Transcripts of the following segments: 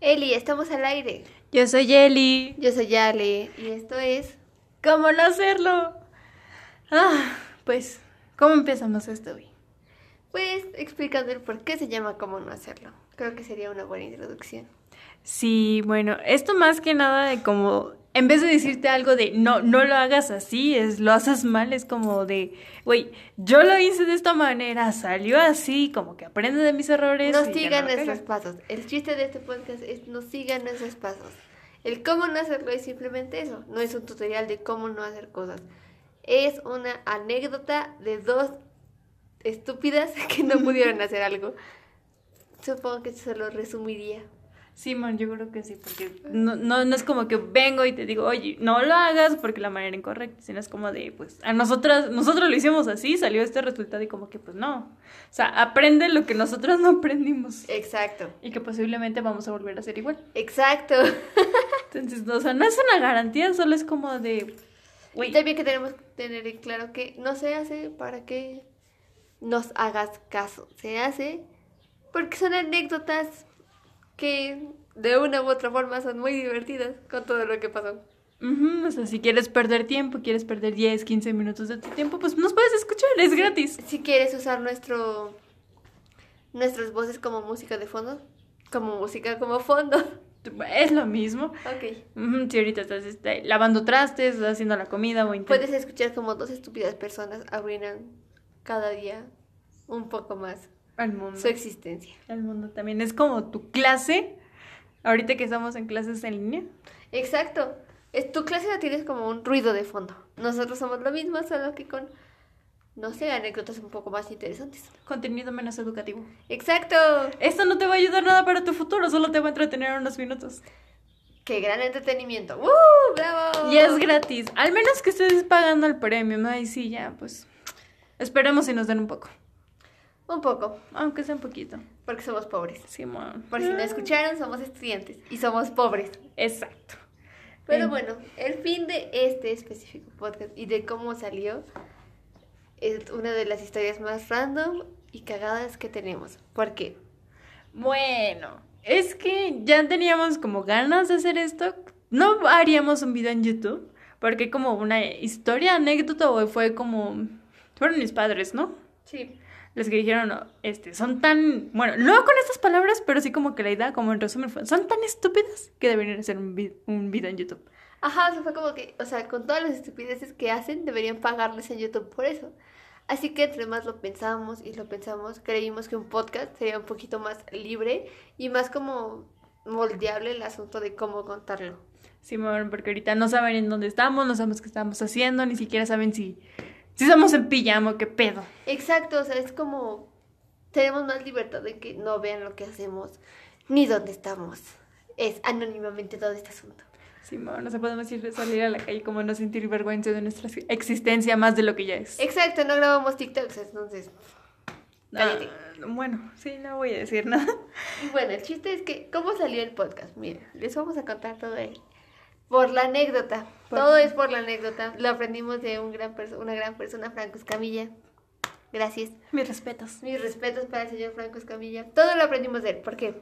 Eli, estamos al aire. Yo soy Eli. Yo soy Ale y esto es... ¿Cómo no hacerlo? Ah, pues, ¿cómo empezamos esto hoy? Pues explicando el por qué se llama cómo no hacerlo. Creo que sería una buena introducción. Sí, bueno, esto más que nada de como, en vez de decirte algo de no, no lo hagas así, es lo haces mal, es como de, güey, yo lo hice de esta manera, salió así, como que aprende de mis errores. No y ya sigan no lo nuestros hagas. pasos. El chiste de este podcast es no sigan nuestros pasos. El cómo no hacerlo es simplemente eso. No es un tutorial de cómo no hacer cosas. Es una anécdota de dos estúpidas que no pudieron hacer algo. Supongo que se lo resumiría. Simón, yo creo que sí, porque no, no, no es como que vengo y te digo, oye, no lo hagas porque la manera incorrecta, sino es como de, pues, a nosotras, nosotros lo hicimos así, salió este resultado y como que, pues, no. O sea, aprende lo que nosotros no aprendimos Exacto. y que posiblemente vamos a volver a hacer igual. Exacto. Entonces, no, o sea, no es una garantía, solo es como de. Y güey, también que tenemos que tener en claro que no se hace para que nos hagas caso. Se hace porque son anécdotas que de una u otra forma son muy divertidas con todo lo que pasó. ujú, o sea, si quieres perder tiempo, quieres perder 10, 15 minutos de tu tiempo, pues nos puedes escuchar, es gratis. Si quieres usar nuestro nuestras voces como música de fondo, como música como fondo. Es lo mismo. Ok. Ujú, si ahorita estás este, lavando trastes, haciendo la comida o Puedes intentas. escuchar como dos estúpidas personas arruinan cada día un poco más Al mundo. su existencia. Al mundo también. Es como tu clase. Ahorita que estamos en clases en línea. Exacto. Es, tu clase la tienes como un ruido de fondo. Nosotros somos lo mismo, solo que con, no sé, anécdotas un poco más interesantes. Contenido menos educativo. Exacto. Esto no te va a ayudar nada para tu futuro, solo te va a entretener unos minutos. Qué gran entretenimiento. ¡Uh! ¡Bravo! Y es gratis. Al menos que estés pagando el premio, ¿no? Y sí, ya, pues. Esperemos si nos den un poco. Un poco, Aunque sea un poquito. porque somos pobres. Simón. Por si no escucharon, somos estudiantes y somos pobres. Exacto. Pero Sí. bueno, el fin de este específico podcast y de cómo salió es una de las historias más random y cagadas que tenemos. ¿Por qué? Bueno, es que ya teníamos como ganas de hacer esto. No haríamos un video en YouTube, porque como una historia, anécdota, o fue como. Fueron mis padres, ¿no? Sí. Los que dijeron, no, este, son tan. Bueno, no con estas palabras, pero sí como que la idea, como en resumen, fue: son tan estúpidas que deberían hacer un, vi- un video en YouTube. Ajá, o sea, fue como que, o sea, con todas las estupideces que hacen, deberían pagarles en YouTube por eso. Así que entre más lo pensamos y lo pensamos, creímos que un podcast sería un poquito más libre y más como moldeable el asunto de cómo contarlo. Simón, porque ahorita no saben en dónde estamos, no sabemos qué estamos haciendo, ni siquiera saben si, si estamos en pijama o qué pedo. Exacto, o sea, es como tenemos más libertad de que no vean lo que hacemos ni dónde estamos. Es anónimamente todo este asunto. Simón, no se podemos ir salir a la calle como no sentir vergüenza de nuestra existencia más de lo que ya es. Exacto, no grabamos TikToks, entonces. cállate. Ah, bueno, sí, no voy a decir nada. Y bueno, el chiste es que, ¿cómo salió el podcast? Miren, les vamos a contar todo él. Por la anécdota. Por- Todo es por la anécdota. Lo aprendimos de un gran perso- una gran persona, Franco Escamilla. Gracias. Mis respetos. Mis respetos para el señor Franco Escamilla. Todo lo aprendimos de él. ¿Por qué?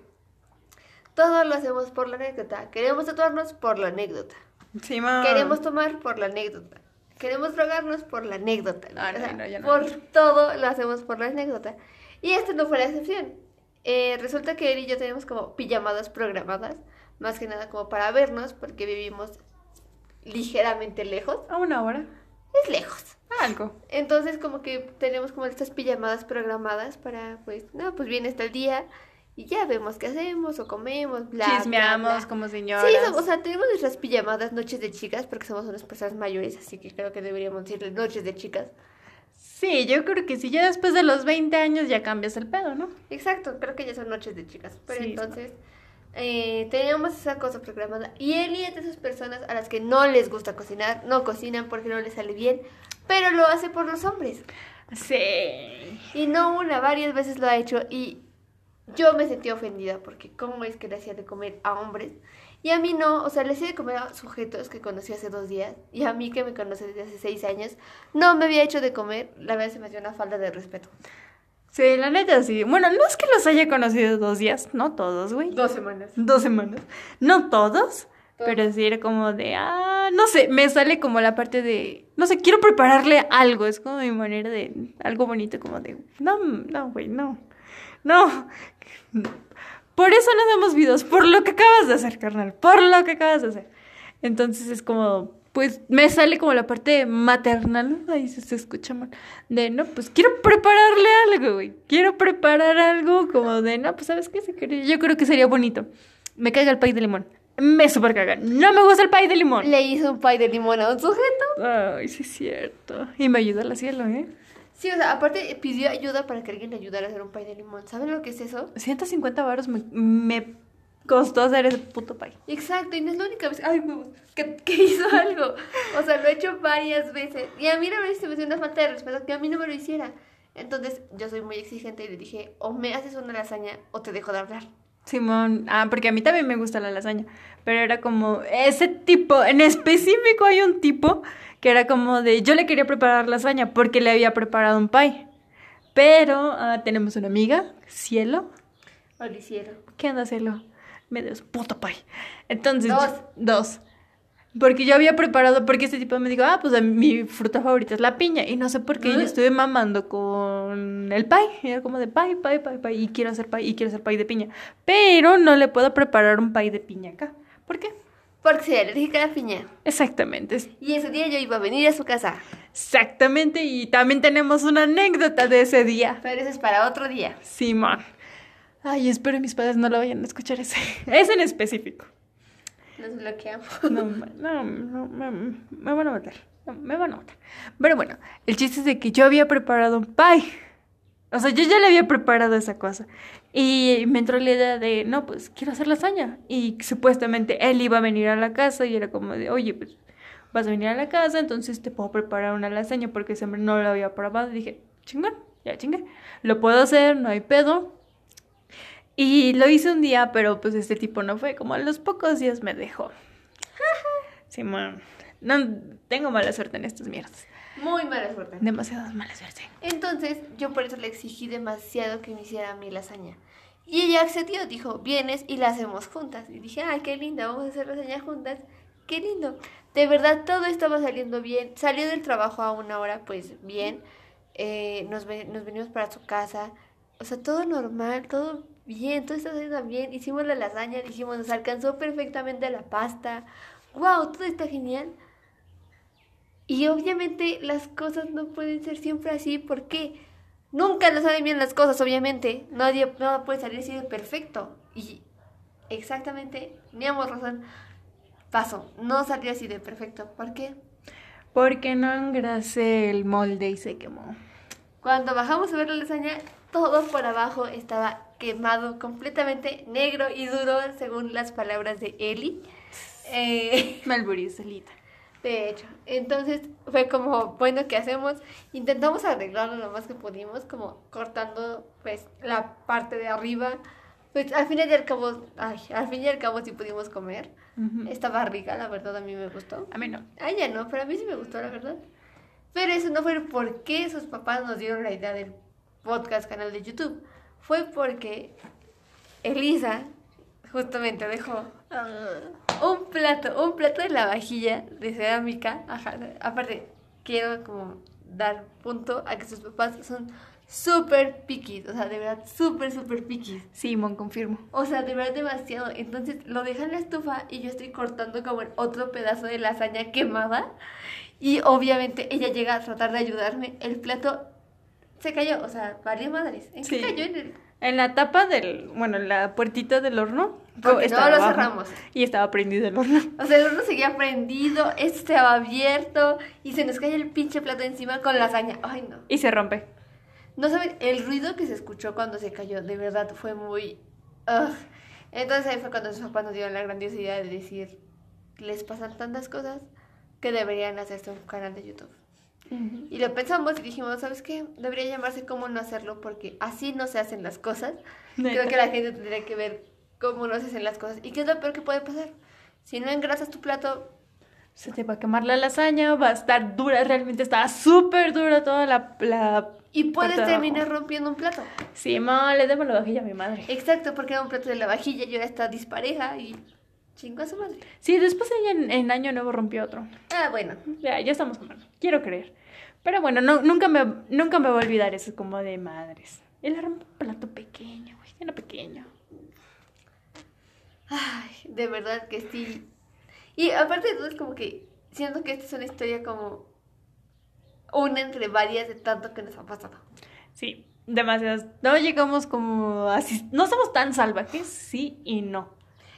Todo lo hacemos por la anécdota. Queremos tatuarnos por la anécdota. Simón. Queremos tomar por la anécdota. Queremos drogarnos por la anécdota. Ah, no, O sea, no, ya no. por todo lo hacemos por la anécdota. Y esto no fue la excepción. Eh, resulta que él y yo tenemos como pijamadas programadas, más que nada como para vernos, porque vivimos ligeramente lejos. A una hora. Es lejos. Algo. Entonces como que tenemos como estas pijamadas programadas para, pues, no, pues viene hasta el día y ya vemos qué hacemos o comemos, bla, bla, Chismeamos bla. como señoras. Sí, somos- o sea, tenemos nuestras pijamadas noches de chicas porque somos unas personas mayores, así que creo que deberíamos decirle noches de chicas. Sí, yo creo que sí, ya después de los 20 años ya cambias el pedo, ¿no? Exacto, creo que ya son noches de chicas. Pero Sí, entonces, eh, teníamos esa cosa programada. Y Eli es de esas personas a las que no les gusta cocinar, no cocinan porque no les sale bien, pero lo hace por los hombres. Sí. Y no una, varias veces lo ha hecho y yo me sentí ofendida porque cómo es que le hacía de comer a hombres y a mí no, o sea, le hacía de comer a sujetos que conocí hace dos días y a mí que me conoce desde hace seis años, no me había hecho de comer, la verdad se me hacía una falta de respeto. Sí, la neta sí. Bueno, no es que los haya conocido dos días, no todos, güey. Dos semanas. Dos semanas. No todos, pero sí era como de, ah, no sé, me sale como la parte de, no sé, quiero prepararle algo, es como mi manera de, algo bonito, como de, no, no, güey, no, no. Por eso no damos videos, por lo que acabas de hacer, carnal, por lo que acabas de hacer. Entonces es como, pues me sale como la parte maternal, ahí se, se escucha mal, de no, pues quiero prepararle algo, güey, quiero preparar algo, como de no, pues sabes qué, Se cree- yo creo que sería bonito. Me caga el pay de limón, me super caga, no me gusta el pay de limón. Le hizo un pay de limón a un sujeto. Ay, sí es cierto. Y me ayuda la cielo, ¿eh? Sí, o sea, aparte pidió ayuda para que alguien le ayudara a hacer un pay de limón. ¿Saben lo que es eso? 150 varos me, me costó hacer ese puto pay. Exacto, y no es la única vez. Ay, huevos, que, que hizo algo. O sea, lo he hecho varias veces. Y a mí la vez se me hizo una falta de respeto que a mí no me lo hiciera. Entonces, yo soy muy exigente y le dije, o me haces una lasaña o te dejo de hablar. Simón, ah, porque a mí también me gusta la lasaña, pero era como ese tipo, en específico hay un tipo que era como de, yo le quería preparar lasaña porque le había preparado un pie, pero ah, tenemos una amiga, Cielo, O lo hicieron. ¿qué anda Cielo? Me dio su puto pie. Entonces, Dos. dos. Porque yo había preparado, porque este tipo me dijo, ah, pues a mí mi fruta favorita es la piña, y no sé por qué yo ¿Eh? estuve mamando con el pie, y era como de pie, pie, pie, pie, y quiero hacer pie, y quiero hacer pie de piña, pero no le puedo preparar un pie de piña acá. ¿Por qué? Porque soy alérgica a la piña. Exactamente, es- Y ese día yo iba a venir a su casa. exactamente, y también tenemos una anécdota de ese día, Pero eso es para otro día. Simón. Ay, espero mis padres no lo vayan a escuchar ese, ese en específico. Nos bloqueamos. No, ma- no, no, me, me van a matar. no, me van a matar. Pero bueno, el chiste es de que yo había preparado un pie. O sea, yo ya le había preparado esa cosa. Y me entró la idea de, no, pues quiero hacer lasaña. Y supuestamente él iba a venir a la casa y era como de, oye, pues vas a venir a la casa, entonces te puedo preparar una lasaña porque siempre no la había probado. Y dije, chingón, ya chingué. Lo puedo hacer, no hay pedo. Y lo hice un día, pero pues este tipo no fue. Como a los pocos días me dejó. Simón. No, tengo mala suerte en estas mierdas. Muy mala suerte. Demasiadas mala suerte. Entonces, yo por eso le exigí demasiado que me hiciera mi lasaña. Y ella accedió, dijo, vienes y la hacemos juntas. Y dije, ay, qué linda, vamos a hacer lasaña juntas. Qué lindo. De verdad, todo estaba saliendo bien. Salió del trabajo a una hora, pues bien. Eh, nos, ve- nos venimos para su casa. O sea, todo normal, todo bien, todo está saliendo bien. Hicimos la lasaña, dijimos, nos alcanzó perfectamente la pasta. ¡Wow! Todo está genial. Y obviamente las cosas no pueden ser siempre así porque nunca lo saben bien las cosas, obviamente. Nadie, nada puede salir así de perfecto. Y exactamente, teníamos razón. Pasó, no salió así de perfecto. ¿Por qué? Porque no engrasé el molde y se quemó. Cuando bajamos a ver la lasaña, todo por abajo estaba quemado, completamente negro y duro, según las palabras de Eli. Eh, Me alburé solita. De hecho, entonces fue como, bueno, ¿qué hacemos? Intentamos arreglarlo lo más que pudimos, como cortando pues la parte de arriba. Pues al fin y al cabo, ay, al fin y al cabo sí pudimos comer. Mm. Estaba rica, la verdad, a mí me gustó. A mí no. A ella Ah, no, pero a mí sí me gustó, la verdad. Pero eso no fue por qué sus papás nos dieron la idea del podcast canal de YouTube. Fue porque Elisa justamente dejó un plato, un plato de la vajilla de cerámica. Ajá, aparte, quiero como dar punto a que sus papás son súper piquis, o sea, de verdad, súper, súper piquis. Simón, confirmo. O sea, de verdad demasiado. Entonces lo dejan en la estufa y yo estoy cortando como el otro pedazo de lasaña quemada. Y obviamente ella llega a tratar de ayudarme. El plato se cayó, o sea, valió madres. ¿En qué Sí. cayó? En el... En la tapa del, bueno, en la puertita del horno. oh, Porque no estaba lo abajo. cerramos. Y estaba prendido el horno. O sea, el horno seguía prendido, este estaba abierto y se nos cae el pinche plato encima con lasaña. Ay, no. Y se rompe. No saben, el ruido que se escuchó cuando se cayó, de verdad fue muy. ugh. Entonces ahí fue cuando sus papás nos dieron la grandiosidad de decir: les pasan tantas cosas que deberían hacerse un canal de YouTube. Y lo pensamos y dijimos: ¿sabes qué? Debería llamarse Cómo no hacerlo porque así no se hacen las cosas. Creo que la gente tendría que ver cómo no se hacen las cosas. ¿Y qué es lo peor que puede pasar? Si no engrasas tu plato, Se Pues te va a quemar la lasaña, va a estar dura, realmente estaba súper dura toda la, la Y puedes Por todo. terminar rompiendo un plato. Sí, ma, le debo la vajilla a mi madre. Exacto, porque era un plato de la vajilla y ahora está dispareja y chingo a su madre. Sí, después ella en, en Año Nuevo rompió otro. Ah, bueno. Ya, ya estamos a mano. Quiero creer. Pero bueno, no, nunca, me, nunca me voy a olvidar eso como de madres. Él era un plato pequeño, güey. Era pequeño. Ay, de verdad que sí. Y aparte de todo, es como que siento que esta es una historia como una entre varias de tanto que nos ha pasado. Sí, demasiadas. No llegamos como así. No somos tan salvajes, sí y no.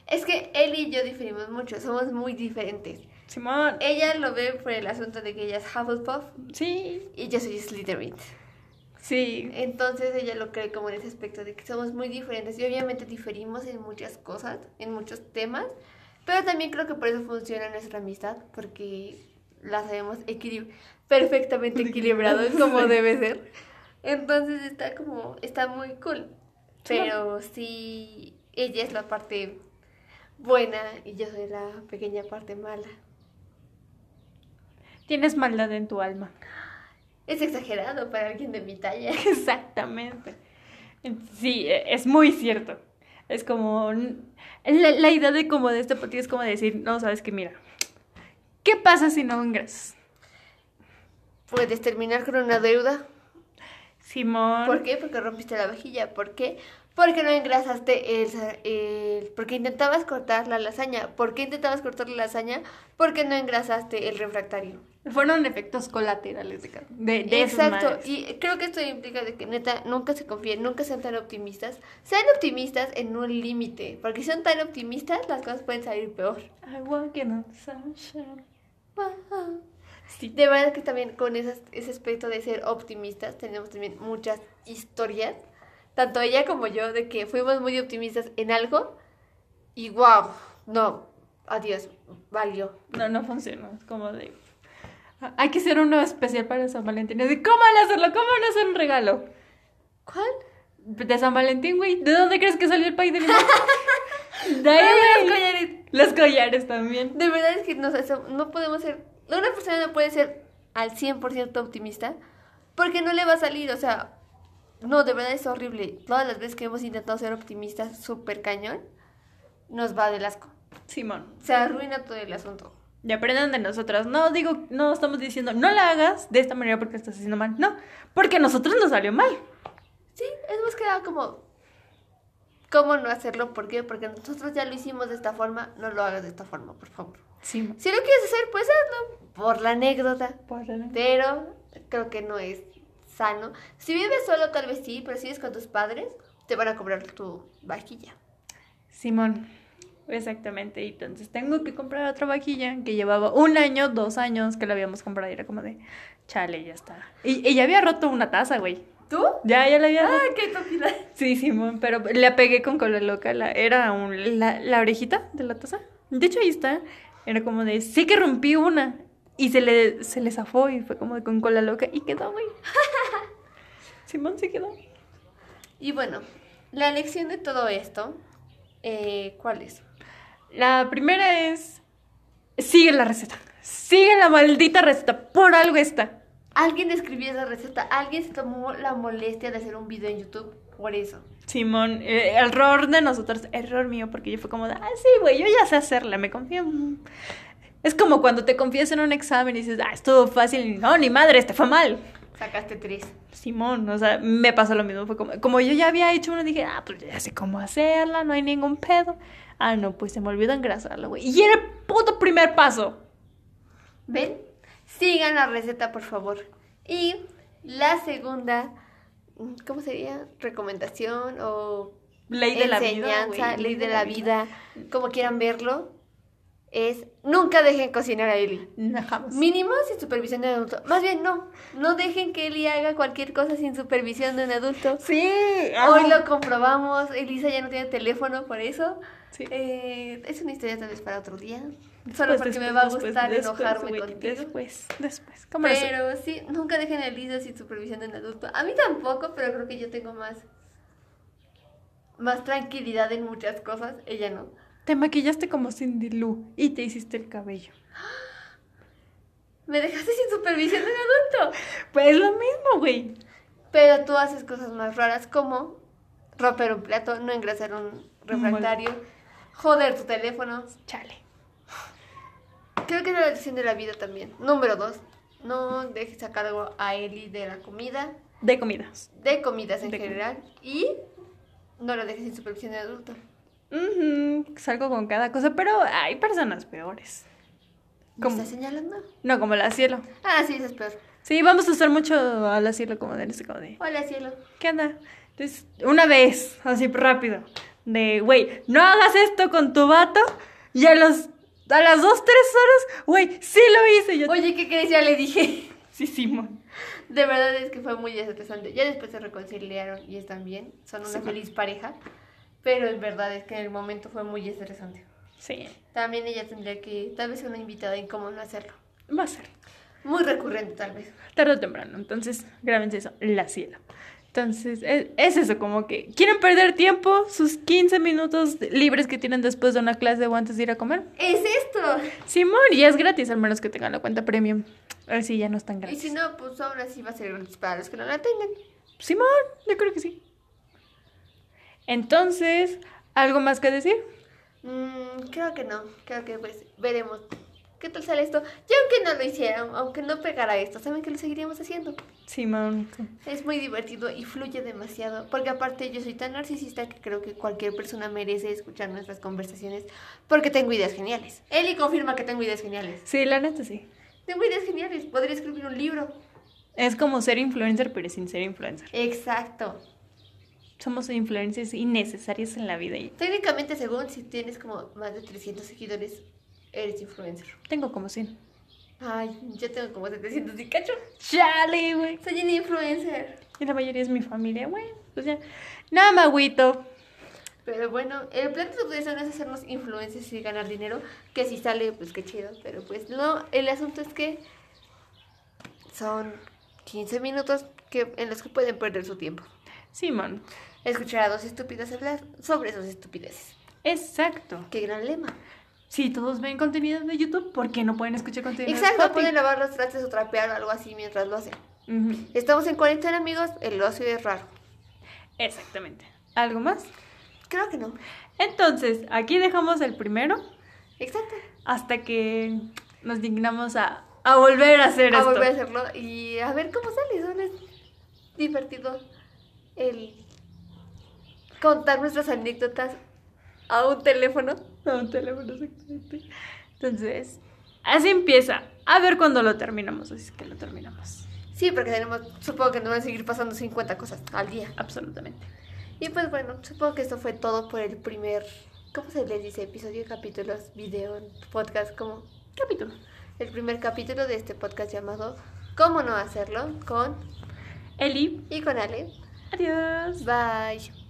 Es que él y yo diferimos mucho, somos muy diferentes. Simón, Ella lo ve por el asunto de que ella es Hufflepuff sí, y yo soy Slytherin. sí. Entonces ella lo cree como en ese aspecto de que somos muy diferentes y obviamente diferimos en muchas cosas, en muchos temas, pero también creo que por eso funciona nuestra amistad, porque la sabemos equili- perfectamente equilibrado es como debe ser. Entonces está como, está muy cool, pero sí, ella es la parte buena y yo soy la pequeña parte mala. Tienes maldad en tu alma. Es exagerado para alguien de mi talla. Exactamente. Sí, e- es muy cierto. Es como la, la idea de como de este partido es como decir, no, sabes que mira, ¿qué pasa si no ingresas? Puedes terminar con una deuda Simón. ¿Por qué? Porque rompiste la vajilla. ¿Por qué? Porque no engrasaste el, sa- el- Porque intentabas cortar la lasaña. ¿Por qué intentabas cortar la lasaña? Porque no engrasaste el refractario. Fueron efectos colaterales de, ca- de, de esos Exacto. males. Y creo que esto implica de que neta nunca se confíen, nunca sean tan optimistas. Sean optimistas en un límite. Porque si son tan optimistas, las cosas pueden salir peor. I walk in on sunshine. Sí, De verdad que también con esas- ese aspecto de ser optimistas tenemos también muchas historias, tanto ella como yo, de que fuimos muy optimistas en algo y wow, no, adiós, valió. no, no funciona. Es como de. ah, Hay que hacer uno especial para San Valentín. Es de, ¿Cómo van a hacerlo? ¿Cómo van a hacer un regalo? ¿Cuál? De San Valentín, güey. ¿De dónde crees que salió el país del De Ay, ahí, güey. los collares. Los collares también. De verdad es que nos hace- no podemos ser, una persona no puede ser al 100% optimista porque no le va a salir, o sea, no, de verdad es horrible. Todas las veces que hemos intentado ser optimistas, súper cañón, nos va del asco. Simón. Se arruina todo el asunto. Y aprendan de nosotras. No digo, no estamos diciendo, no la hagas de esta manera porque la estás haciendo mal. No, porque a nosotros nos salió mal. Sí, es más que nada como cómo no hacerlo, ¿por qué? Porque nosotros ya lo hicimos de esta forma, no lo hagas de esta forma, por favor. Simón. Si lo quieres hacer, pues hazlo por la anécdota, pero creo que no es sano. Si vives solo, tal vez sí, pero si vives con tus padres, te van a cobrar tu vajilla. Simón. Exactamente. Y Entonces tengo que comprar otra vajilla que llevaba un año, dos años que la habíamos comprado. Y era como de, chale, ya está. Y, y ya había roto una taza, güey. ¿Tú? Ya, ya la había roto. ¡Ay, qué estúpida! Sí, Simón, pero le pegué con cola loca. La, era un, la, la orejita de la taza. De hecho, ahí está. Era como de, sí que rompí una. Y se le, se le zafó y fue como de con cola loca. Y quedó, güey. Simón se quedó. Y bueno, la lección de todo esto, eh, ¿cuál es? La primera es, sigue la receta. Sigue la maldita receta. Por algo está. Alguien escribió esa receta, alguien se tomó la molestia de hacer un video en YouTube por eso. Simón, eh, error de nosotros, error mío, porque yo fue como, de, ah, sí, güey, yo ya sé hacerla, me confío. en-". Es como cuando te confías en un examen y dices, ah, estuvo fácil, y no, ni madre, este fue mal. Sacaste tres. Simón, o sea, me pasó lo mismo, fue como, como yo ya había hecho uno, dije, ah, pues ya sé cómo hacerla, no hay ningún pedo. Ah, no, pues se me olvidó engrasarla, güey. Y era el puto primer paso. ¿Ven? Sigan la receta, por favor. Y la segunda, ¿cómo sería? Recomendación o Ley de la vida. enseñanza, güey, ley de la vida, como quieran verlo, es nunca dejen cocinar a Eli. No, jamás. Mínimo sin supervisión de un adulto. Más bien, no. No dejen que Eli haga cualquier cosa sin supervisión de un adulto. Sí, Hoy ajá. lo comprobamos. Elisa ya no tiene teléfono por eso. Sí. Eh, es una historia tal vez para otro día. Solo Pues porque después, me va a después, gustar después, enojarme güey, contigo. Después, después. ¿Cómo lo sé? Pero sí, nunca dejen a Elisa sin supervisión de un adulto. A mí tampoco, pero creo que yo tengo más más tranquilidad en muchas cosas. Ella no. Te maquillaste como Cindy Lou y te hiciste el cabello. Me dejaste sin supervisión de un adulto. Pues es lo mismo, güey. Pero tú haces cosas más raras como romper un plato, no engrasar un refractario, joder tu teléfono. Chale. Creo que es la lección de la vida también. Número dos, no dejes a cargo a Eli de la comida, De comidas. de comidas en De comi- general y no lo dejes sin supervisión de adulto. Ujú, Salgo con cada cosa, pero hay personas peores. ¿Me Como, estás señalando? no, como la cielo. Ah, sí, eso es peor. Sí, vamos a usar mucho a la cielo como de, como de Hola, cielo. ¿Qué onda? Entonces, una vez, así rápido, de, güey, no hagas esto con tu vato. Y a, los, a las dos, tres horas, güey, sí lo hice. Yo, Oye, ¿qué crees? Ya le dije. sí, Simón. De verdad es que fue muy estresante. Ya después se reconciliaron y están bien. Son una Sí. feliz pareja. Pero en verdad es que en el momento fue muy estresante. Sí, También ella tendría que, tal vez, ser una invitada en cómo no hacerlo. va a ser. Muy recurrente, tal vez. Tarde o temprano. Entonces, grábense eso, la cielo. Entonces, es, es eso, como que quieren perder tiempo, sus 15 minutos libres que tienen después de una clase o antes de ir a comer. ¡Es esto! Simón, y es gratis, al menos que tengan la cuenta premium. A ver si ya no están Y gratis. si no, pues aún así va a ser gratis para los que no la tengan. Simón, yo creo que sí. Entonces, ¿algo más que decir? Mm, creo que no. Creo que pues veremos. ¿Qué tal sale esto? Y aunque no lo hicieran, aunque no pegara esto, saben que lo seguiríamos haciendo. Simón. Es muy divertido y fluye demasiado, porque aparte yo soy tan narcisista que creo que cualquier persona merece escuchar nuestras conversaciones porque tengo ideas geniales. Eli confirma que tengo ideas geniales. Sí, la neta sí. Tengo ideas geniales, podría escribir un libro. Es como ser influencer, pero sin ser influencer. Exacto. Somos influencers innecesarias en la vida y Técnicamente, según si tienes como más de 300 seguidores, eres influencer. tengo como 100. Ay, yo tengo como 700 y cacho. ¡Chale, güey! Soy un influencer. Y la mayoría es mi familia, güey. Pues ya. Nada, magüito. Pero bueno, el plan de todo eso no es hacernos influencers y ganar dinero, que si sale, pues qué chido, pero pues no, el asunto es que son 15 minutos que, en los que pueden perder su tiempo. Simón. Escuchar a dos estúpidas hablar sobre sus estupideces. Exacto. Qué gran lema. Si todos ven contenido de YouTube, ¿por qué no pueden escuchar contenido Exacto, de pueden lavar los trastes o trapear o algo así mientras lo hacen. pueden... Estamos en cuarentena, amigos, el ocio es raro. Exactamente. ¿Algo más? Creo que no. Entonces, aquí dejamos el primero. Exacto. hasta que nos dignamos a, a volver a hacer a esto. volver a hacerlo y a ver cómo sale. Son es divertido el contar nuestras anécdotas a un teléfono. No, un teléfono, exactamente. Entonces, así empieza. A ver cuándo lo terminamos, así es que lo terminamos. Sí, porque tenemos, supongo que nos van a seguir pasando 50 cosas al día. Absolutamente. Y pues bueno, supongo que esto fue todo por el primer, ¿cómo se les dice? Episodio, capítulos, video, podcast, como Capítulo. el primer capítulo de este podcast llamado ¿Cómo no hacerlo? con Eli, y con Ale. adiós. Bye.